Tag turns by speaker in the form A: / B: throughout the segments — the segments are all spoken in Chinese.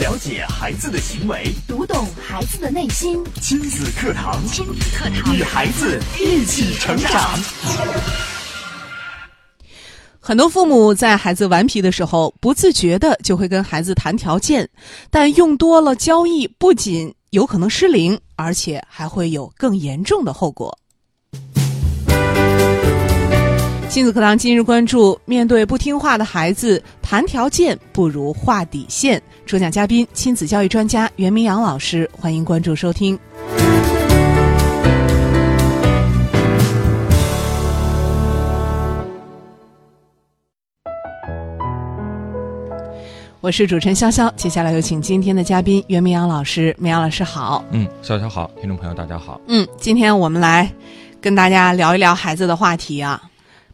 A: 了解孩子的行为，
B: 读懂孩子的内心。
A: 亲子课堂，
B: 亲子课堂
A: 与孩子一起成长。
C: 很多父母在孩子顽皮的时候，不自觉的就会跟孩子谈条件，但用多了交易，不仅有可能失灵，而且还会有更严重的后果。亲子课堂今日关注：面对不听话的孩子，谈条件不如画底线。主讲嘉宾：亲子教育专家袁明阳老师，欢迎关注收听。我是主持人潇潇，接下来有请今天的嘉宾袁明阳老师。明阳老师好。
D: 嗯，小小好，听众朋友大家好。
C: 嗯，今天我们来跟大家聊一聊孩子的话题啊。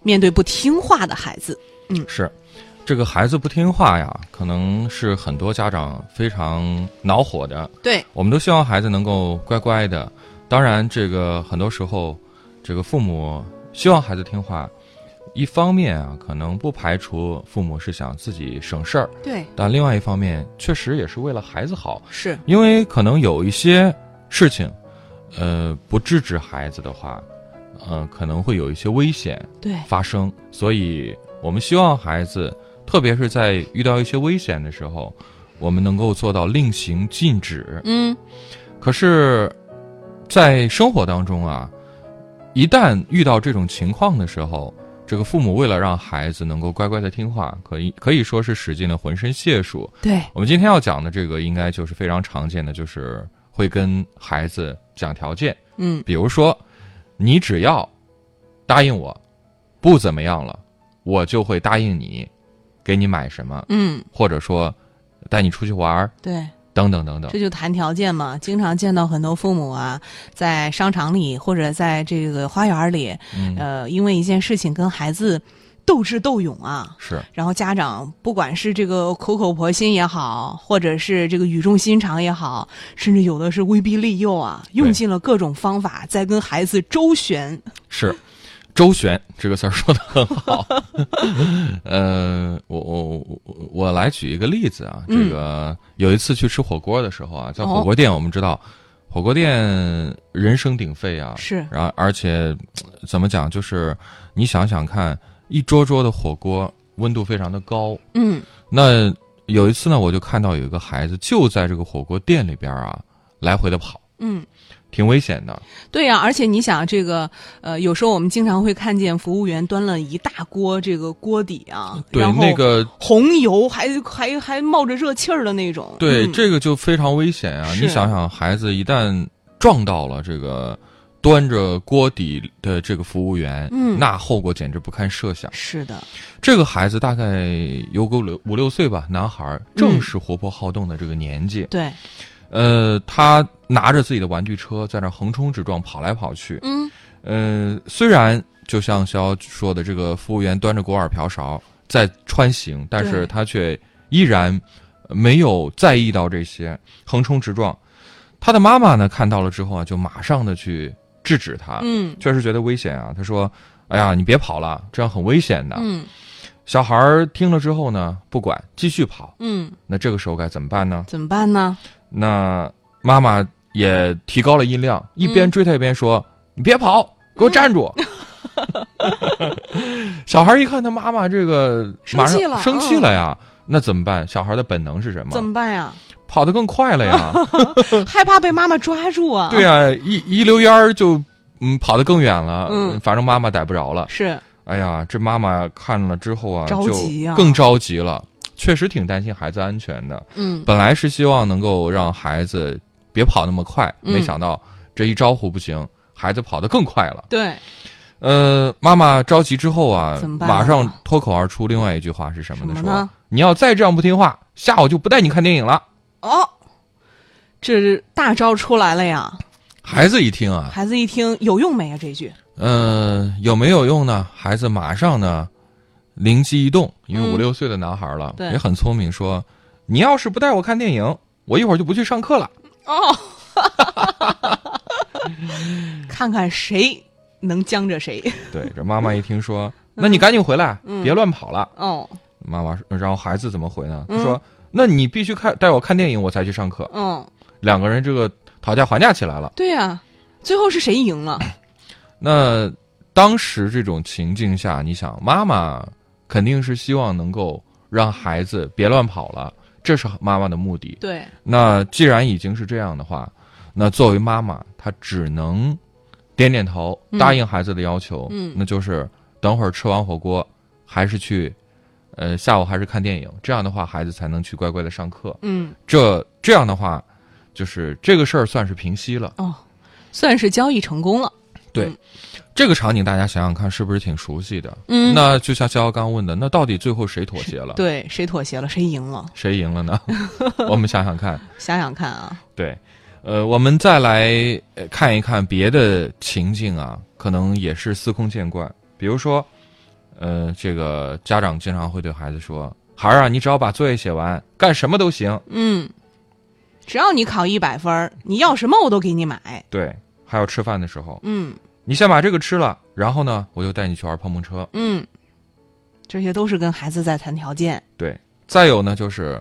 C: 面对不听话的孩子，
D: 是，这个孩子不听话呀，可能是很多家长非常恼火的。
C: 对，
D: 我们都希望孩子能够乖乖的，当然，这个很多时候，这个父母希望孩子听话，一方面啊，可能不排除父母是想自己省事儿，
C: 对，
D: 但另外一方面，确实也是为了孩子好，
C: 是，
D: 因为可能有一些事情，呃，不制止孩子的话，呃，可能会有一些危险。
C: 对，
D: 发生。所以，我们希望孩子，特别是在遇到一些危险的时候，我们能够做到令行禁止。
C: 嗯，
D: 可是，在生活当中啊，一旦遇到这种情况的时候，这个父母为了让孩子能够乖乖的听话，可以可以说是使尽了浑身解数。
C: 对，
D: 我们今天要讲的这个，应该就是非常常见的，就是会跟孩子讲条件。
C: 嗯，
D: 比如说，你只要答应我，不怎么样了，我就会答应你，给你买什么，
C: 嗯，
D: 或者说带你出去玩儿，
C: 对，
D: 等等等等
C: 这。就谈条件嘛。经常见到很多父母啊，在商场里或者在这个花园里，
D: 嗯，
C: 呃，因为一件事情跟孩子斗智斗勇啊。
D: 是
C: 然后家长不管是这个苦口婆心也好，或者是这个语重心长也好，甚至有的是威逼利诱啊，用
D: 对
C: 尽了各种方法在跟孩子周旋。
D: 是，周旋这个词儿说的很 好。呃，我我我我我来举一个例子啊，这
C: 嗯
D: 个有一次去吃火锅的时候
C: 哦
D: 啊，在火锅店，我们知道。火锅店人声鼎沸啊，
C: 是
D: 然后而且呃怎么讲，就是你想想看，一桌桌的火锅温度非常的高。
C: 嗯，
D: 那有一次呢，我就看到有一个孩子就在这个火锅店里边啊来回的跑，
C: 嗯，
D: 挺危险的。
C: 对呀、而且你想，这个呃，有时候我们经常会看见服务员端了一大锅这个锅底啊，
D: 对
C: 然，后
D: 那个
C: 红油还还还冒着热气儿的那种。
D: 对、
C: 嗯
D: 这个就非常危险啊！
C: 是
D: 你想想，孩子一旦撞到了这个端着锅底的这个服务员，
C: 嗯
D: 那后果简直不堪设想。
C: 是的，
D: 这个孩子大概有个五六五六岁吧，男孩儿
C: 嗯
D: 正是活泼好动的这个年纪。
C: 对，
D: 呃，他拿着自己的玩具车在那儿横冲直撞，跑来跑去。
C: 嗯，
D: 呃，虽然就像肖说的，这个服务员端着锅碗瓢勺在穿行，但
C: 对
D: 是他却依然没有在意到这些，横冲直撞。他的妈妈呢，看到了之后啊，就马上的去制止他，
C: 嗯
D: 确实觉得危险啊。他说：“哎呀，你别跑了，这样很危险的。
C: 嗯
D: 小孩儿听了之后呢，不管，继续跑。
C: 嗯，
D: 那这个时候该怎么办呢？
C: 怎么办呢？
D: 那妈妈也提高了音量，一边
C: 嗯
D: 追他一边说：“你别跑，给我站 住！” 小孩一看他妈妈这个，
C: 生
D: 马上
C: 气了嗯
D: 生气了呀，那怎么办？小孩的本能是什么？
C: 怎么办呀？
D: 跑得更快 了呀？
C: 害怕被妈妈抓住啊？
D: 对、呀，一一溜烟儿就嗯跑得更远了。
C: 嗯
D: 反正妈妈逮不着了。
C: 是，
D: 哎呀，这妈妈看了之后啊，
C: 着
D: 就
C: 急呀
D: 更着急了，确实挺担心孩子安全的。
C: 嗯，
D: 本来是希望能够让孩子别跑那么快，
C: 嗯
D: 没想到这一招呼不行，孩子跑得更快了。
C: 对，
D: 呃，妈妈着急之后啊
C: 嗯怎，么办啊
D: 马上脱口而出另外一句话是什么呢？
C: 什么
D: 说
C: 呢
D: 你要再这样不听话，下午就不带你看电影了。
C: 哦，这是大招出来了呀！
D: 孩子一听啊，
C: 孩子一听有用没啊？这句，
D: 呃，有没有用呢？孩子马上呢，灵机一动，因为
C: 嗯
D: 五六岁的男孩了，
C: 对
D: 也很聪明，说你要是不带我看电影，我一会儿就不去上课了。
C: 哦，看看谁能将着谁。
D: 对，这妈妈一听
C: 嗯
D: 说，那你赶紧回来，别乱跑了。
C: 哦，
D: 妈妈说，然后孩子怎么回呢？他
C: 嗯
D: 说：“那你必须看带我看电影，我才去上课。
C: 嗯，
D: 两个人这个讨价还价起来了。
C: 对呀、最后是谁赢了？
D: 那当时这种情境下，你想，妈妈肯定是希望能够让孩子别乱跑了，这是妈妈的目的。
C: 对，
D: 那既然已经是这样的话，那作为妈妈，她只能点点头，
C: 嗯
D: 答应孩子的要求。
C: 嗯
D: 那就是等会儿吃完火锅，还是去，呃，下午还是看电影。这样的话，孩子才能去乖乖的上课。
C: 嗯，
D: 这这样的话，就是这个事儿算是平息了。
C: 哦，算是交易成功了。
D: 对，
C: 嗯
D: 这个场景大家想想看，是不是挺熟悉的？
C: 嗯
D: 那就像逍遥刚问的，那到底最后谁妥协了？，
C: 对，谁妥协了，谁赢了？
D: 谁赢 了呢？我们想想看。
C: 想想看啊，
D: 对，呃，我们再来呃看一看别的情境啊，可能也是司空见惯。比如说，呃，这个家长经常会对孩子说：“孩儿啊，你只要把作业写完，干什么都行。
C: 嗯，只要你考一百分儿，你要什么我都给你买”。
D: 对，还有吃饭的时候，
C: 嗯
D: 你先把这个吃了，然后呢，我就带你去玩碰碰车。
C: 嗯，这些都是跟孩子在谈条件。
D: 对，再有呢，就是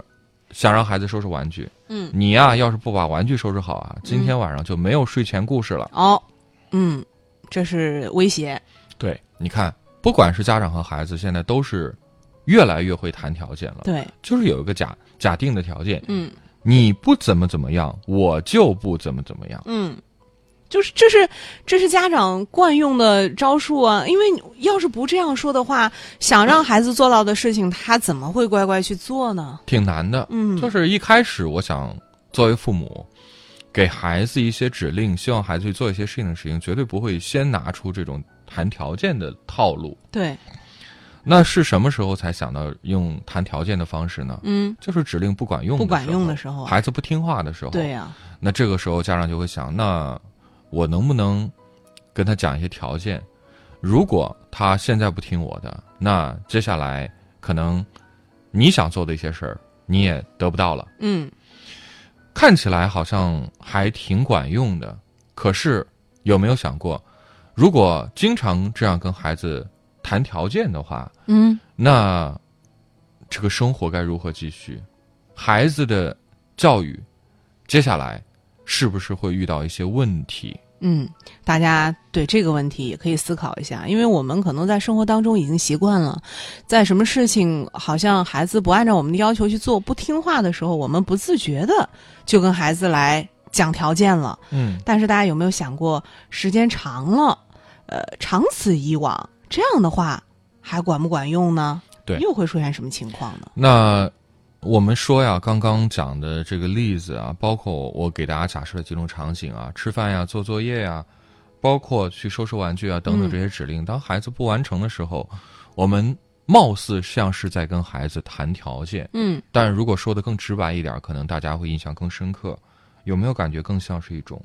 D: 想让孩子收拾玩具，
C: 嗯，
D: 你呀、要是不把玩具收拾好啊，今天晚上就没有睡前故事了。
C: 哦，嗯，这是威胁。
D: 对，你看，不管是家长和孩子，现在都是越来越会谈条件了。，
C: 对，
D: 就是有一个假假定的条件，
C: 嗯
D: 你不怎么怎么样，我就不怎么怎么样。
C: 嗯。就是，这是这是家长惯用的招数啊！因为你要是不这样说的话，想让孩子做到的事情，他怎么会乖乖去做呢？
D: 挺难的。
C: 嗯，
D: 就是一开始，我想作为父母，给孩子一些指令，希望孩子去做一些事情的事情，绝对不会先拿出这种谈条件的套路。
C: 对，
D: 那是什么时候才想到用谈条件的方式呢？
C: 嗯，
D: 就是指令不管用的时候，
C: 不管用的时候啊
D: 孩子不听话的时候，
C: 对呀、啊
D: 那这个时候家长就会想，那我能不能跟他讲一些条件？如果他现在不听我的，那接下来可能你想做的一些事儿你也得不到了。
C: 嗯，
D: 看起来好像还挺管用的，可是有没有想过，如果经常这样跟孩子谈条件的话，
C: 嗯，
D: 那这个生活该如何继续？孩子的教育，接下来是不是会遇到一些问题？
C: 嗯，大家对这个问题也可以思考一下，因为我们可能在生活当中已经习惯了，在什么事情好像孩子不按照我们的要求去做、不听话的时候，我们不自觉的就跟孩子来讲条件了。
D: 嗯，
C: 但是大家有没有想过，时间长了，呃，长此以往，这样的话还管不管用呢？
D: 对
C: 又会出现什么情况呢？
D: 那我们说呀，刚刚讲的这个例子啊，包括我给大家假设的几种场景啊，吃饭呀、做作业呀，包括去收拾玩具啊等等
C: 嗯
D: 这些指令，当孩子不完成的时候，我们貌似像是在跟孩子谈条件，
C: 嗯
D: 但如果说的更直白一点儿，可能大家会印象更深刻。有没有感觉更像是一种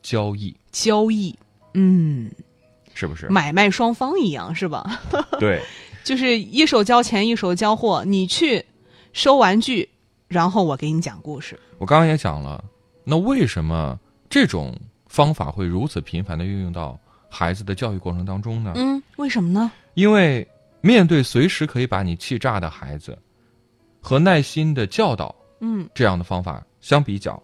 D: 交易？
C: 交易，嗯，
D: 是 不是？
C: 买卖双方一样是吧？
D: 对，
C: 就是一手交钱一手交货，你去收玩具，然后我给你讲故事。
D: 我刚刚也讲了，那为什么这种方法会如此频繁的运用到孩子的教育过程当中呢？
C: 嗯，为什么呢？
D: 因为面对随时可以把你气炸的孩子，和耐心的教导
C: 嗯
D: 这样的方法相比较，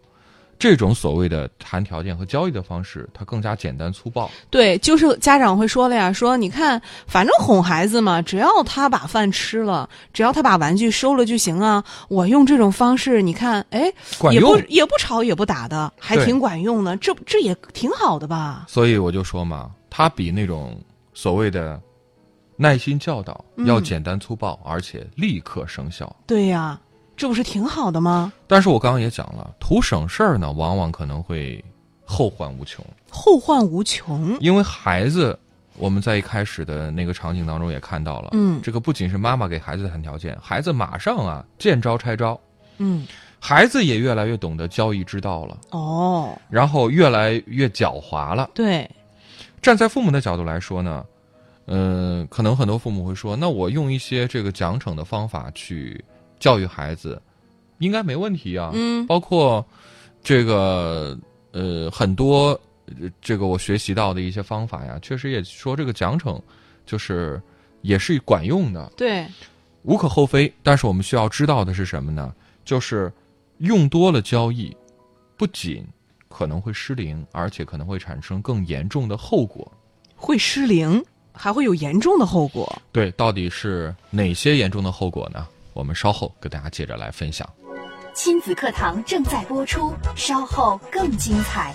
D: 这种所谓的谈条件和交易的方式，它更加简单粗暴。
C: 对，就是家长会说了呀，说你看，反正哄孩子嘛，只要他把饭吃了，只要他把玩具收了就行啊。我用这种方式，你看，哎，
D: 管
C: 也
D: 用
C: 不也不吵也不打的，还
D: 对
C: 挺管用的，这这也挺好的吧？
D: 所以我就说嘛，它比那种所谓的耐心教导
C: 嗯
D: 要简单粗暴，而且立刻生效。
C: 对呀、这不是挺好的吗？
D: 但是我刚刚也讲了，图省事儿呢，往往可能会后患无穷，
C: 后患无穷。
D: 因为孩子。我们在一开始的那个场景当中也看到了，
C: 嗯
D: 这个不仅是妈妈给孩子谈条件，孩子马上啊见招拆招，
C: 嗯，
D: 孩子也越来越懂得交易之道了，
C: 哦，
D: 然后越来越狡猾了。
C: 对，
D: 站在父母的角度来说呢，呃，可能很多父母会说，那我用一些这个奖惩的方法去教育孩子，应该没问题啊。
C: 嗯
D: 包括这个呃很多呃这个我学习到的一些方法呀，确实也说这个奖惩就是也是管用的，
C: 对，
D: 无可厚非。但是我们需要知道的是什么呢？就是用多了交易，不仅可能会失灵，而且可能会产生更严重的后果。
C: 会失灵，还会有严重的后果。
D: 对，到底是哪些严重的后果呢？我们稍后跟大家接着来分享。
B: 亲子课堂正在播出，稍后更精彩。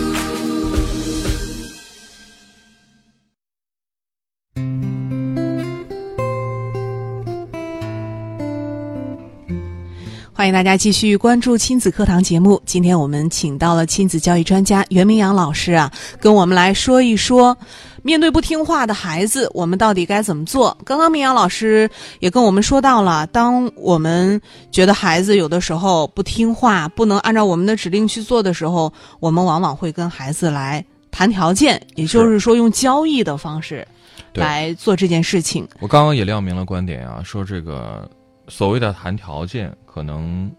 C: 欢迎大家继续关注亲子课堂节目。今天我们请到了亲子教育专家袁明阳老师啊，跟我们来说一说，面对不听话的孩子，我们到底该怎么做？刚刚明阳老师也跟我们说到了，当我们觉得孩子有的时候不听话，不能按照我们的指令去做的时候，我们往往会跟孩子来谈条件，也就是说用交易的方式
D: 对
C: 来做这件事情。
D: 我刚刚也亮明了观点啊，说这个所谓的谈条件，可能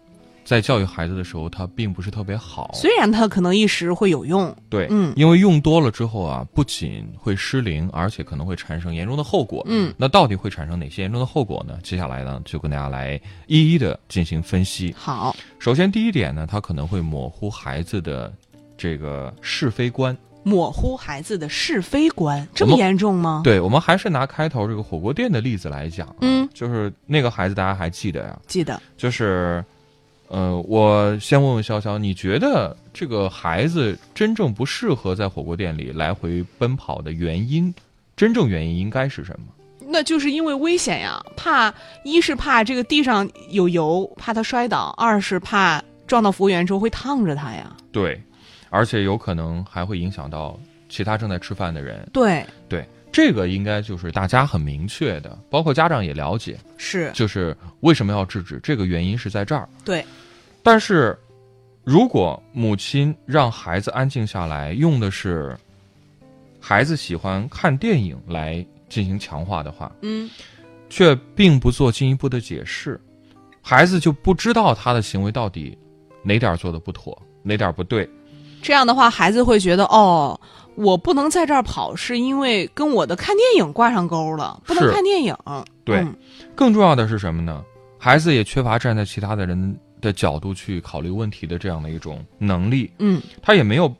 D: 在教育孩子的时候，它并不是特别好。
C: 虽然它可能一时会有用，
D: 对，
C: 嗯
D: 因为用多了之后啊，不仅会失灵，而且可能会产生严重的后果。
C: 嗯，
D: 那到底会产生哪些严重的后果呢？接下来呢，就跟大家来一一的进行分析。
C: 好，
D: 首先，第一点呢，它可能会模糊孩子的这个是非观。
C: 模糊孩子的是非观，这么严重吗？
D: 对，我们还是拿开头这个火锅店的例子来讲、啊，
C: 嗯，
D: 就是那个孩子，大家还记得呀、
C: 记得
D: 就是，呃，我先问问潇潇，你觉得这个孩子真正不适合在火锅店里来回奔跑的原因，真正原因应该是什么？
C: 那就是因为危险呀，怕一是怕这个地上有油，怕他摔倒；二是怕撞到服务员之后会烫着他呀。
D: 对，而且有可能还会影响到其他正在吃饭的人。
C: 对，
D: 对，这个应该就是大家很明确的，包括家长也了解，
C: 是，
D: 就是为什么要制止，这个原因是在这儿。
C: 对，
D: 但是，如果母亲让孩子安静下来，用的是孩子喜欢看电影来进行强化的话，
C: 嗯，
D: 却并不做进一步的解释，孩子就不知道他的行为到底哪点儿做的不妥，哪点儿不对。
C: 这样的话，孩子会觉得哦，我不能在这儿跑，是因为跟我的看电影挂上钩了，不能
D: 是
C: 看电影。
D: 对
C: 嗯
D: 更重要的是什么呢？孩子也缺乏站在其他的人的角度去考虑问题的这样的一种能力。
C: 嗯，
D: 他也没有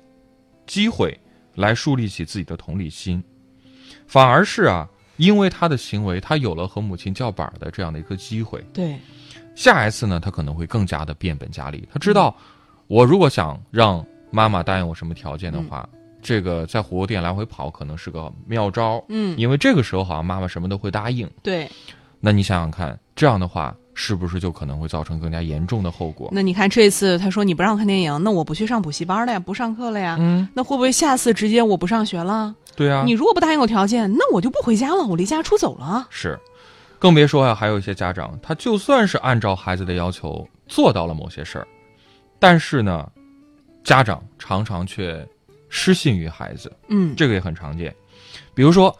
D: 机会来树立起自己的同理心，反而是啊，因为他的行为，他有了和母亲叫板儿的这样的一个机会。
C: 对，
D: 下一次呢，他可能会更加的变本加厉。他
C: 嗯
D: 知道，我如果想让妈妈答应我什么条件的话，
C: 嗯
D: 这个在火锅店来回跑可能是个妙招。
C: 嗯，
D: 因为这个时候好像妈妈什么都会答应。
C: 对。
D: 那你想想看，这样的话是不是就可能会造成更加严重的后果？
C: 那你看这次他说你不让我看电影，那我不去上补习班了呀，不上课了呀。
D: 嗯，
C: 那会不会下次直接我不上学了？
D: 对啊，
C: 你如果不答应我条件，那我就不回家了，我离家出走了。
D: 是，更别说呀、啊还有一些家长，他就算是按照孩子的要求做到了某些事儿，但是呢，家长常常却失信于孩子，
C: 嗯，
D: 这个也很常见。比如说，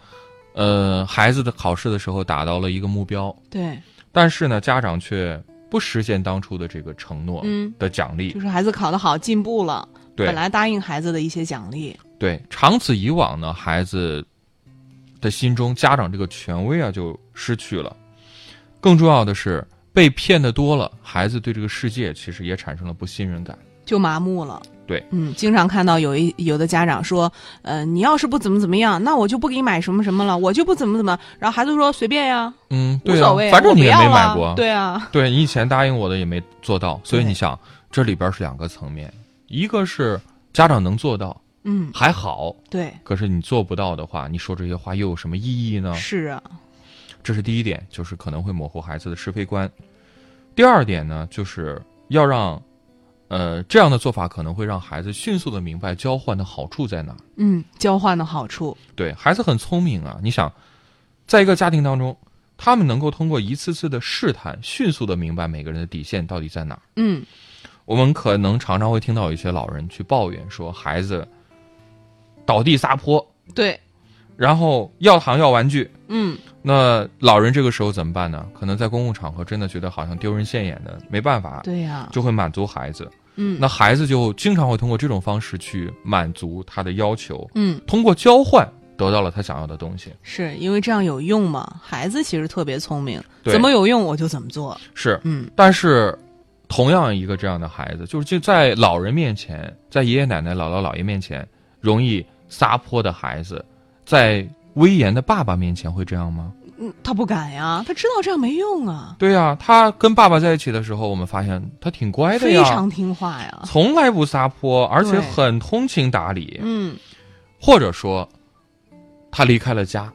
D: 呃，孩子的考试的时候达到了一个目标，
C: 对，
D: 但是呢，家长却不实现当初的这个承诺
C: 嗯
D: 的奖励，
C: 就是孩子考得好，进步了，
D: 对
C: 本来答应孩子的一些奖励，
D: 对，长此以往呢，孩子的心中家长这个权威啊就失去了。更重要的是，被骗的多了，孩子对这个世界其实也产生了不信任感。
C: 就麻木了。
D: 对，
C: 嗯，经常看到有一有的家长说，呃，你要是不怎么怎么样，那我就不给你买什么什么了，我就不怎么怎么。然后孩子说随便呀，
D: 嗯，
C: 无
D: 对啊
C: 所谓，啊，
D: 反正你也
C: 我不
D: 没
C: 要
D: 买
C: 了
D: 过，
C: 对啊，
D: 对你以前答应我的也没做到，所以
C: 对
D: 你想，这里边是两个层面，一个是家长能做到
C: 嗯，
D: 还好，
C: 对，
D: 可是你做不到的话，你说这些话又有什么意义呢？
C: 是啊，
D: 这是第一点，就是可能会模糊孩子的是非观。第二点呢，就是要让，呃，这样的做法可能会让孩子迅速的明白交换的好处在哪儿。
C: 嗯，交换的好处，
D: 对孩子很聪明啊，你想，在一个家庭当中，他们能够通过一次次的试探，迅速的明白每个人的底线到底在哪儿。
C: 嗯
D: 我们可能常常会听到有一些老人去抱怨说，孩子倒地撒泼，
C: 对，
D: 然后要糖要玩具。
C: 嗯
D: 那老人这个时候怎么办呢？可能在公共场合真的觉得好像丢人现眼的，没办法，
C: 对呀、
D: 就会满足孩子。
C: 嗯
D: 那孩子就经常会通过这种方式去满足他的要求，
C: 嗯，
D: 通过交换得到了他想要的东西。
C: 是因为这样有用吗？孩子其实特别聪明，
D: 对
C: 怎么有用我就怎么做。
D: 是，
C: 嗯
D: 但是同样一个这样的孩子，就是就在老人面前，在爷爷奶奶、姥姥姥爷面前容易撒泼的孩子，在威严的爸爸面前会这样吗？
C: 嗯，他不敢呀，他知道这样没用啊，
D: 对呀、他跟爸爸在一起的时候，我们发现他挺乖的
C: 非
D: 哎呀，
C: 常听话呀。
D: 从来不撒泼，而且
C: 对
D: 很通情达理。
C: 嗯
D: 或者说，他离开了家，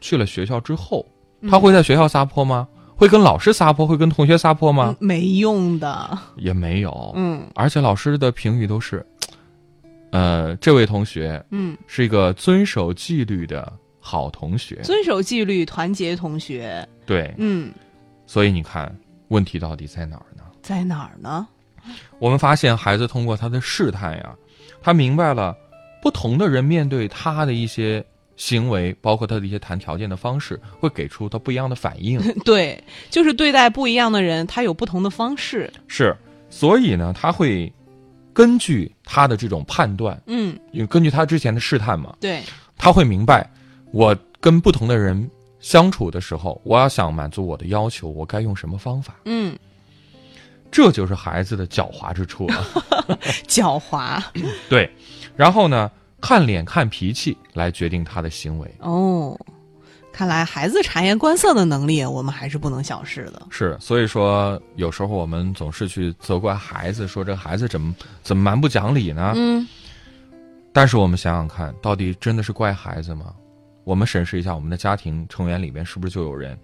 D: 去了学校之后，
C: 嗯
D: 他会在学校撒泼吗？会跟老师撒泼，会跟同学撒泼吗
C: 嗯？没用的。
D: 也没有。
C: 嗯
D: 而且老师的评语都是，呃，这位同学
C: 嗯，
D: 是一个遵守纪律的好同学。
C: 遵守纪律，团结同学。
D: 对，
C: 嗯，
D: 所以你看，问题到底在哪儿呢？
C: 在哪儿呢？
D: 我们发现孩子通过他的试探呀，他明白了不同的人面对他的一些行为，包括他的一些谈条件的方式，会给出他不一样的反应。
C: 对，就是对待不一样的人，他有不同的方式。
D: 是，所以呢，他会根据他的这种判断，
C: 嗯，
D: 因为根据他之前的试探嘛，
C: 对，
D: 他会明白，我跟不同的人相处的时候，我要想满足我的要求，我该用什么方法。
C: 嗯，
D: 这就是孩子的狡猾之处了。
C: 狡猾
D: 对，然后呢，看脸看脾气来决定他的行为。
C: 哦。看来孩子察言观色的能力，我们还是不能小视的。
D: 是，所以说有时候我们总是去责怪孩子，说这孩子怎么怎么蛮不讲理呢？
C: 嗯，
D: 但是我们想想看，到底真的是怪孩子吗？我们审视一下我们的家庭成员里面是不是就有人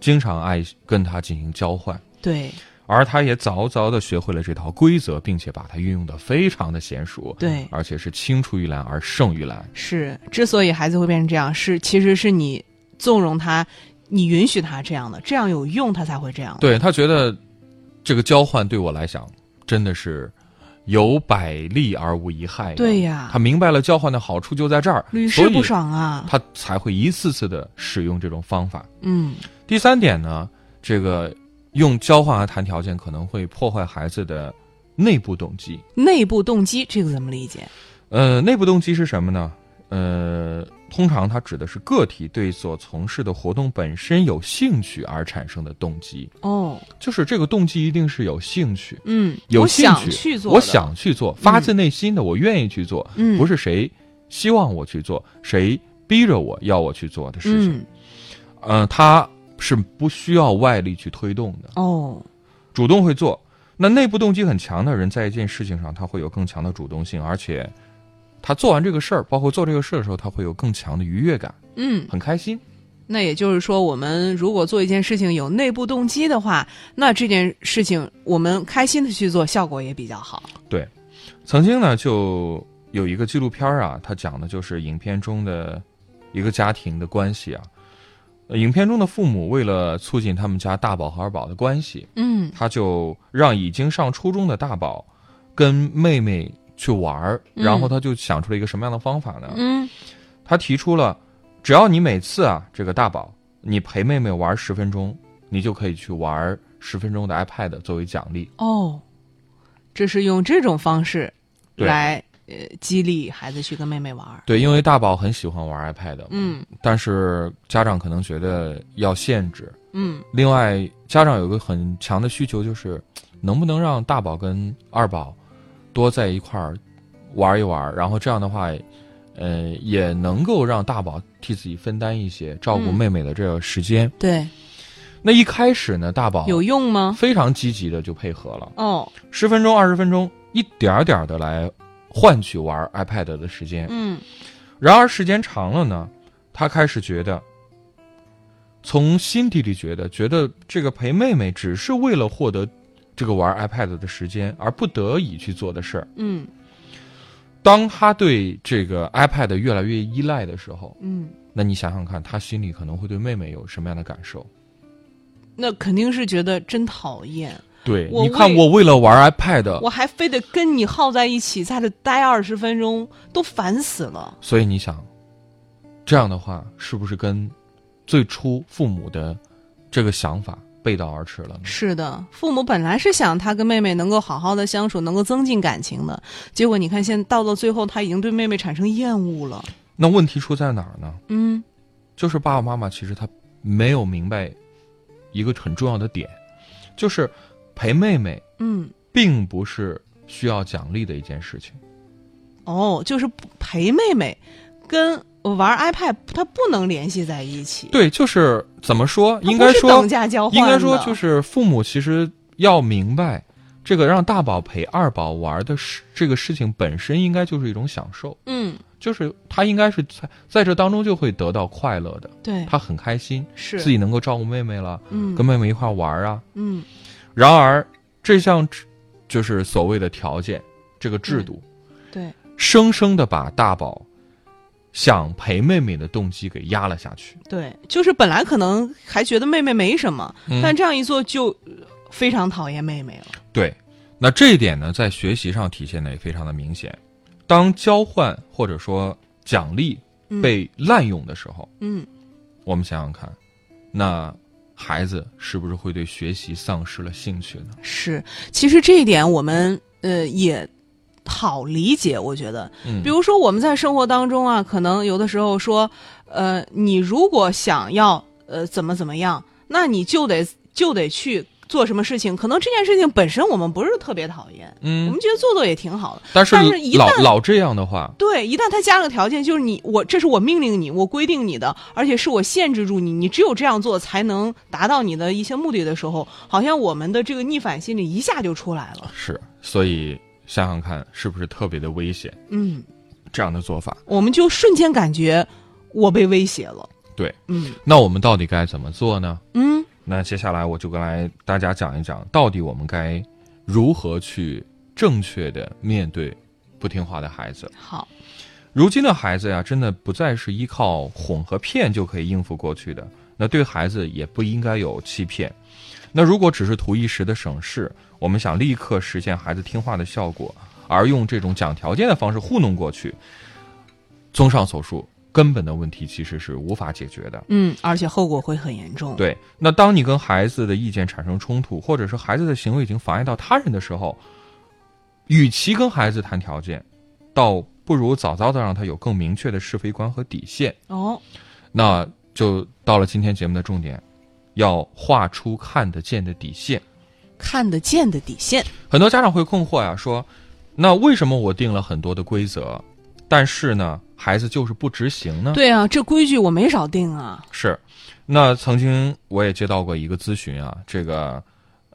D: 经常爱跟他进行交换，
C: 对
D: 而他也早早的学会了这套规则，并且把它运用的非常的娴熟，
C: 对
D: 而且是青出于蓝而胜于蓝。
C: 是。之所以孩子会变成这样，是其实是你纵容他，你允许他这样的，这样有用，他才会这样。，
D: 对他觉得这个交换对我来讲真的是有百利而无一害。
C: 对呀
D: 他明白了交换的好处就在这儿，
C: 屡
D: 所
C: 试
D: 以
C: 不爽啊。
D: 他才会一次次的使用这种方法。
C: 嗯，
D: 第三点呢，这个用交换来谈条件可能会破坏孩子的内部动机。
C: 内部动机这个怎么理解？
D: 呃，内部动机是什么呢？呃，通常它指的是个体对所从事的活动本身有兴趣而产生的动机，
C: 哦，
D: 就是这个动机一定是有兴趣，
C: 嗯，
D: 有
C: 我
D: 兴
C: 想
D: 趣，
C: 去做，
D: 我，想去做，发自内心的，我愿意去做，
C: 嗯，
D: 不是谁希望我去做，谁逼着我要我去做的事情。
C: 嗯，
D: 嗯、呃，它是不需要外力去推动的。
C: 哦，
D: 主动会做。那内部动机很强的人，在一件事情上，他会有更强的主动性，而且他做完这个事儿，包括做这个事儿的时候，他会有更强的愉悦感，
C: 嗯，
D: 很开心。
C: 那也就是说，我们如果做一件事情有内部动机的话，那这件事情我们开心的去做，效果也比较好。
D: 曾经呢，就有一个纪录片儿啊，它讲的就是影片中的一个家庭的关系啊。呃影片中的父母为了促进他们家大宝和二宝的关系，
C: 嗯
D: 他就让已经上初中的大宝跟妹妹去玩儿，
C: 嗯
D: 然后他就想出了一个什么样的方法呢？
C: 嗯，
D: 他提出了，只要你每次啊，这个大宝，你陪妹妹玩十分钟，你就可以去玩十分钟的 iPad 作为奖励。
C: 哦，这是用这种方式
D: 对
C: 来呃激励孩子去跟妹妹玩儿。
D: 对，因为大宝很喜欢玩 iPad，嘛
C: 嗯
D: 但是家长可能觉得要限制。
C: 嗯
D: 另外，家长有个很强的需求就是，能不能让大宝跟二宝多在一块儿玩一玩？然后这样的话，呃，也能够让大宝替自己分担一些照顾
C: 嗯
D: 妹妹的这个时间。
C: 对，
D: 那一开始呢，大宝
C: 有用吗？
D: 非常积极的就配合了，
C: 哦，
D: 十分钟、二十分钟，一点儿点儿的来换取玩 iPad 的时间。
C: 嗯
D: 然而时间长了呢，他开始觉得，从心底里觉得，觉得这个陪妹妹只是为了获得这个玩 iPad 的时间而不得已去做的事儿。
C: 嗯
D: 当他对这个 iPad 越来越依赖的时候，
C: 嗯，
D: 那你想想看，他心里可能会对妹妹有什么样的感受？
C: 那肯定是觉得真讨厌。
D: 对，
C: 我
D: 你看
C: 为
D: 我为了玩 iPad，
C: 我还非得跟你耗在一起，在这待二十分钟，都烦死了。
D: 所以你想，这样的话是不是跟最初父母的这个想法背道而驰了呢？
C: 是的，父母本来是想他跟妹妹能够好好的相处，能够增进感情的，结果你看现在到了最后，他已经对妹妹产生厌恶了。
D: 那问题出在哪儿呢？
C: 嗯，
D: 就是爸爸妈妈其实他没有明白一个很重要的点，就是陪妹妹
C: 嗯，
D: 并不是需要奖励的一件事情。
C: 哦，就是不陪妹妹跟玩 iPad，他不能联系在一起。
D: 对，就是怎么说？
C: 它
D: 应
C: 不
D: 该
C: 是
D: 说
C: 等价交换
D: 应
C: 的，
D: 该说，就是父母其实要明白，这个让大宝陪二宝玩的事，这个事情本身应该就是一种享受，
C: 嗯，
D: 就是他应该是在在这当中就会得到快乐的，
C: 对，
D: 他很开心，
C: 是
D: 自己能够照顾妹妹了，
C: 嗯
D: 跟妹妹一块玩啊。
C: 嗯
D: 然而，这项制就是所谓的条件，这个制
C: 嗯
D: 度，
C: 对，
D: 生生的把大宝想陪妹妹的动机给压了下去。
C: 对，就是本来可能还觉得妹妹没什么，
D: 嗯
C: 但这样一做就呃非常讨厌妹妹了。
D: 对，那这一点呢，在学习上体现的也非常的明显。当交换或者说奖励被滥用的时候，
C: 嗯，
D: 我们想想看，那孩子是不是会对学习丧失了兴趣呢？
C: 是，其实这一点我们呃也好理解，我觉得，
D: 嗯
C: 比如说我们在生活当中啊，可能有的时候说，呃，你如果想要呃怎么怎么样，那你就得就得去。做什么事情，可能这件事情本身我们不是特别讨厌，我
D: 嗯
C: 们，觉得做做也挺好的。
D: 但是
C: 但是一
D: 老
C: 旦
D: 老这样的话，
C: 对，一旦他加了个条件，就是你我这是我命令你，我规定你的，而且是我限制住你，你只有这样做才能达到你的一些目的的时候，好像我们的这个逆反心理一下就出来了。
D: 是，所以想想看，是不是特别的危险？
C: 嗯，
D: 这样的做法，
C: 我们就瞬间感觉我被威胁了。
D: 对，
C: 嗯
D: 那我们到底该怎么做呢？
C: 嗯
D: 那接下来我就来大家讲一讲，到底我们该如何去正确的面对不听话的孩子。
C: 好，
D: 如今的孩子呀，真的不再是依靠哄和骗就可以应付过去的，那对孩子也不应该有欺骗。那如果只是图一时的省事，我们想立刻实现孩子听话的效果，而用这种讲条件的方式糊弄过去，综上所述，根本的问题其实是无法解决的。
C: 嗯，而且后果会很严重。，
D: 对，那当你跟孩子的意见产生冲突，或者是孩子的行为已经妨碍到他人的时候，与其跟孩子谈条件，倒不如早早的让他有更明确的是非观和底线。
C: 哦，
D: 那就到了今天节目的重点，要画出看得见的底线。
C: 看得见的底线。
D: 很多家长会困惑呀、说，那为什么我定了很多的规则，但是呢，孩子就是不执行呢？
C: 对啊，这规矩我没少定啊。
D: 是，那曾经我也接到过一个咨询啊，这个，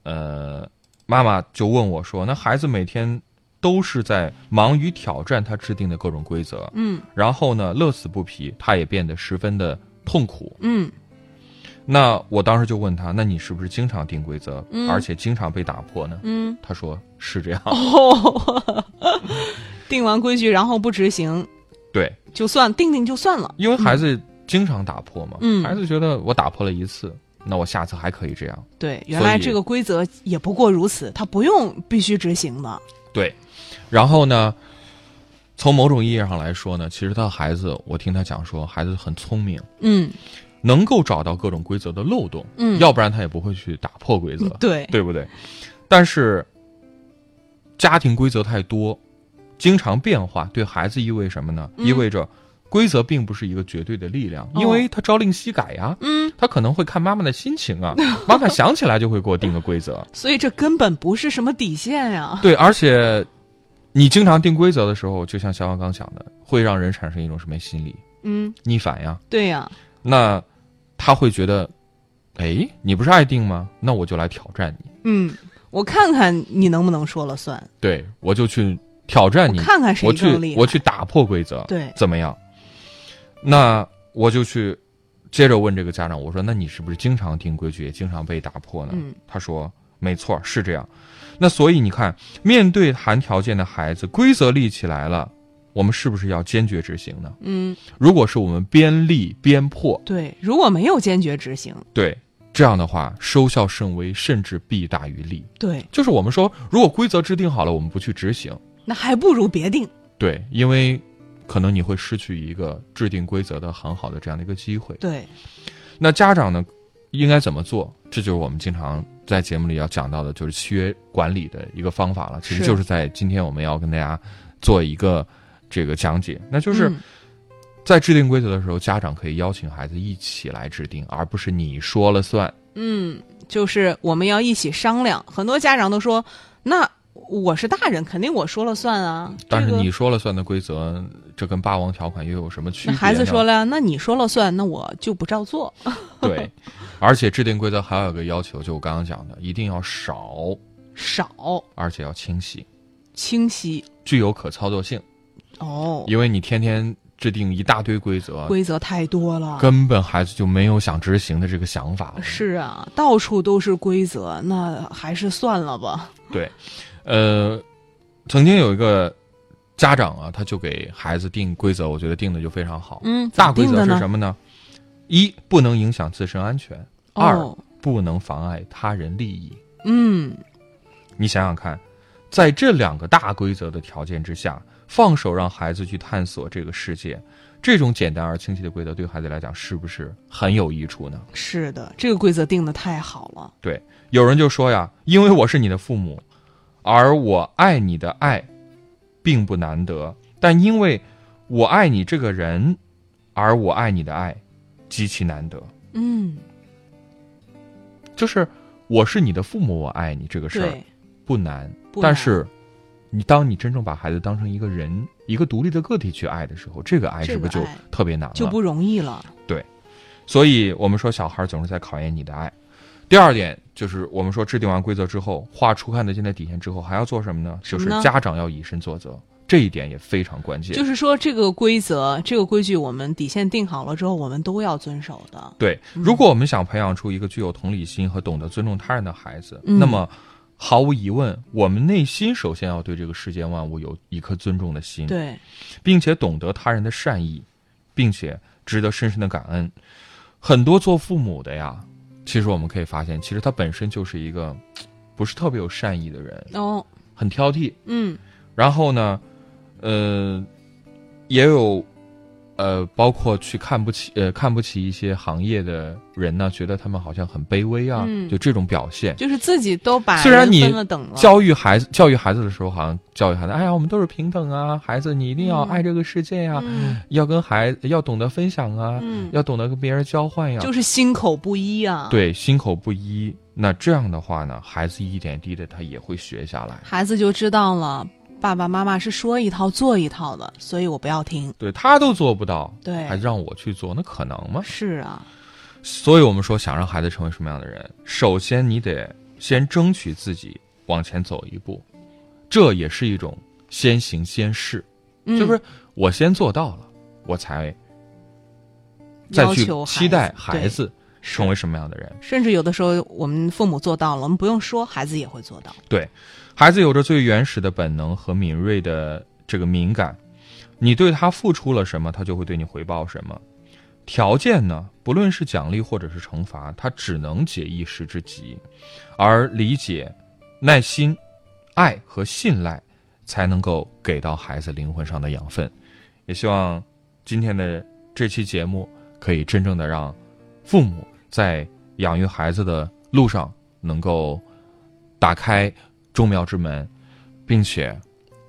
D: 呃，妈妈就问我说，那孩子每天都是在忙于挑战他制定的各种规则，
C: 嗯
D: 然后呢，乐此不疲，他也变得十分的痛苦。
C: 嗯
D: 那我当时就问他，那你是不是经常定规则，
C: 嗯
D: 而且经常被打破呢？
C: 嗯，
D: 他说是这 样，
C: 哦，定完规矩然后不执行，
D: 对，
C: 就算定定就算了。
D: 因为孩子经常打破嘛，
C: 嗯
D: 孩子觉得我打破了一次，那我下次还可以这样。
C: 对，原
D: 所
C: 来
D: 以
C: 这个规则也不过如此，它不用必须执行的。
D: 对，然后呢，从某种意义上来说呢，其实他的孩子，我听他讲说，孩子很聪明，
C: 嗯
D: 能够找到各种规则的漏洞，
C: 嗯
D: 要不然他也不会去打破规则，
C: 对，
D: 对不对？但是家庭规则太多，经常变化，对孩子意味什么呢？
C: 嗯
D: 意味着规则并不是一个绝对的力量，
C: 哦
D: 因为他朝令夕改呀。
C: 嗯，
D: 他可能会看妈妈的心情啊，妈妈想起来就会给我定个规则。
C: 所以这根本不是什么底线 呀。
D: 对，而且你经常定规则的时候，就像小王刚讲的，会让人产生一种什么心理
C: 嗯，
D: 逆反呀？
C: 对呀，
D: 那他会觉得，哎，你不是爱定吗？那我就来挑战你，
C: 嗯，我看看你能不能说了算，
D: 对我就去挑战
C: 我
D: 你，
C: 看看谁
D: 我
C: 更厉
D: 去
C: 害。
D: 我去打破规则，
C: 对
D: 怎么样？那我就去接着问这个家长，我说，那你是不是经常定规矩，也经常被打破呢？
C: 嗯
D: 他说，没错，是这样。那所以你看，面对谈条件的孩子，规则立起来了，我们是不是要坚决执行呢？
C: 嗯，
D: 如果是我们边立边破，
C: 对，如果没有坚决执行，
D: 对，这样的话，收效甚微，甚至弊大于利。
C: 对，
D: 就是我们说，如果规则制定好了，我们不去执行，
C: 那还不如别定。
D: 对，因为可能你会失去一个制定规则的很好的这样的一个机会。
C: 对，
D: 那家长呢，应该怎么做？这就是我们经常在节目里要讲到的，就是契约管理的一个方法了。其实
C: 是
D: 就是在今天我们要跟大家做一个这个讲解，那就是
C: 嗯
D: 在制定规则的时候，家长可以邀请孩子一起来制定，而不是你说了算。
C: 嗯，就是我们要一起商量。很多家长都说，那我是大人，肯定我说了算啊。
D: 但是
C: 这个
D: 你说了算的规则，这跟霸王条款又有什么区别
C: 那
D: 呢？
C: 孩子说了，那你说了算，那我就不照做。
D: 对，而且制定规则还有一个要求，就我刚刚讲的，一定要少，
C: 少
D: 而且要清晰，
C: 清晰
D: 具有可操作性。
C: 哦，
D: 因为你天天制定一大堆规则，
C: 规则太多了。
D: 根本孩子就没有想执行的这个想法了。
C: 是啊，到处都是规则，那还是算了吧。
D: 对，呃，曾经有一个家长啊，他就给孩子定规则，我觉得定的就非常好。
C: 嗯，
D: 大规
C: 怎
D: 则
C: 么定
D: 是
C: 的
D: 什
C: 呢？
D: 么呢？一不能影响自身安全，二
C: 哦，
D: 不能妨碍他人利益。
C: 嗯，
D: 你想想看，在这两个大规则的条件之下，放手让孩子去探索这个世界，这种简单而清晰的规则对孩子来讲是不是很有益处呢？
C: 是的，这个规则定的太好了。
D: 对，有人就说呀，因为我是你的父母，而我爱你的爱，并不难得，但因为我爱你这个人，而我爱你的爱，极其难得。
C: 嗯，
D: 就是我是你的父母，我爱你这个事儿
C: 对，
D: 不难，
C: 不
D: 但
C: 难
D: 是你当你真正把孩子当成一个人，一个独立的个体去爱的时候，这个爱
C: 这
D: 是不是
C: 个
D: 就
C: 爱
D: 特别难了？
C: 就不容易了。
D: 所以我们说，小孩总是在考验你的爱。第二点就是，我们说制定完规则之后，画出看得见的底线之后，还要做什么呢？
C: 什么
D: 就是
C: 呢
D: 家长要以身作则，这一点也非常关键。
C: 就是说，这个规则、这个规矩，我们底线定好了之后，我们都要遵守的。
D: 对，如果我们想培养出一个具有同理心和懂得尊重他人的孩子，
C: 嗯
D: 那么毫无疑问，我们内心首先要对这个世间万物有一颗尊重的心，
C: 对，
D: 并且懂得他人的善意，并且值得深深的感恩。很多做父母的呀，其实我们可以发现，其实他本身就是一个嘖不是特别有善意的人，
C: 哦，
D: 很挑剔。
C: 嗯，
D: 然后呢，呃，也有，呃，包括去看不起，呃，看不起一些行业的人呢，觉得他们好像很卑微啊，
C: 嗯
D: 就这种表现。
C: 就是自己都把
D: 虽然你
C: 人分了等了，
D: 教育孩子，教育孩子的时候，好像教育孩子，哎呀，我们都是平等啊，孩子，你一定要爱这个世界啊呀、
C: 嗯
D: 要跟孩子要懂得分享啊，
C: 嗯
D: 要懂得跟别人交换 呀、
C: 就是心口不一啊。，
D: 对，心口不一。那这样的话呢，孩子一点滴的他也会学下来。
C: 孩子就知道了，爸爸妈妈是说一套做一套的，所以我不要听。
D: 对他都做不到，
C: 对
D: 还让我去做，那可能吗？
C: 是啊，
D: 所以我们说，想让孩子成为什么样的人，首先你得先争取自己往前走一步，这也是一种先行先试，
C: 嗯、
D: 就是我先做到了，我才再
C: 要
D: 去
C: 求孩
D: 期待
C: 子
D: 孩，子成为什么样的人。
C: 对甚至有的时候我们父母做到了，我们不用说，孩子也会做到。
D: 对，孩子有着最原始的本能和敏锐的这个敏感，你对他付出了什么，他就会对你回报什么。条件呢，不论是奖励或者是惩罚，他只能解一时之急，而理解、耐心、爱和信赖，才能够给到孩子灵魂上的养分。也希望今天的这期节目可以真正的让父母在养育孩子的路上能够打开众妙之门，并且，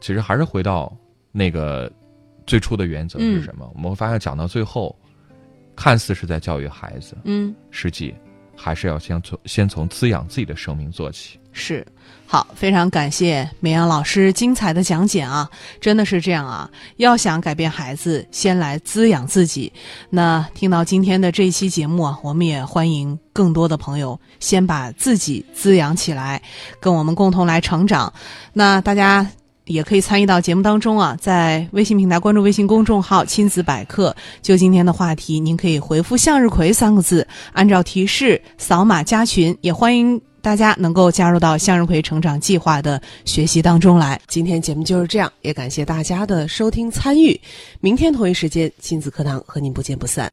D: 其实还是回到那个最初的原则是什么？我们会发现，讲到最后，看似是在教育孩子，
C: 嗯。
D: 实际还是要先从先从滋养自己的生命做起。
C: 是，好，非常感谢绵阳老师精彩的讲解啊！真的是这样啊，要想改变孩子，先来滋养自己。那听到今天的这一期节目啊，我们也欢迎更多的朋友先把自己滋养起来，跟我们共同来成长。那大家。也可以参与到节目当中啊，在微信平台关注微信公众号“亲子百科”，就今天的话题，您可以回复“向日葵”三个字，按照提示扫码加群，也欢迎大家能够加入到向日葵成长计划的学习当中来。
E: 今天节目就是这样，也感谢大家的收听参与。明天同一时间，亲子课堂和您不见不散。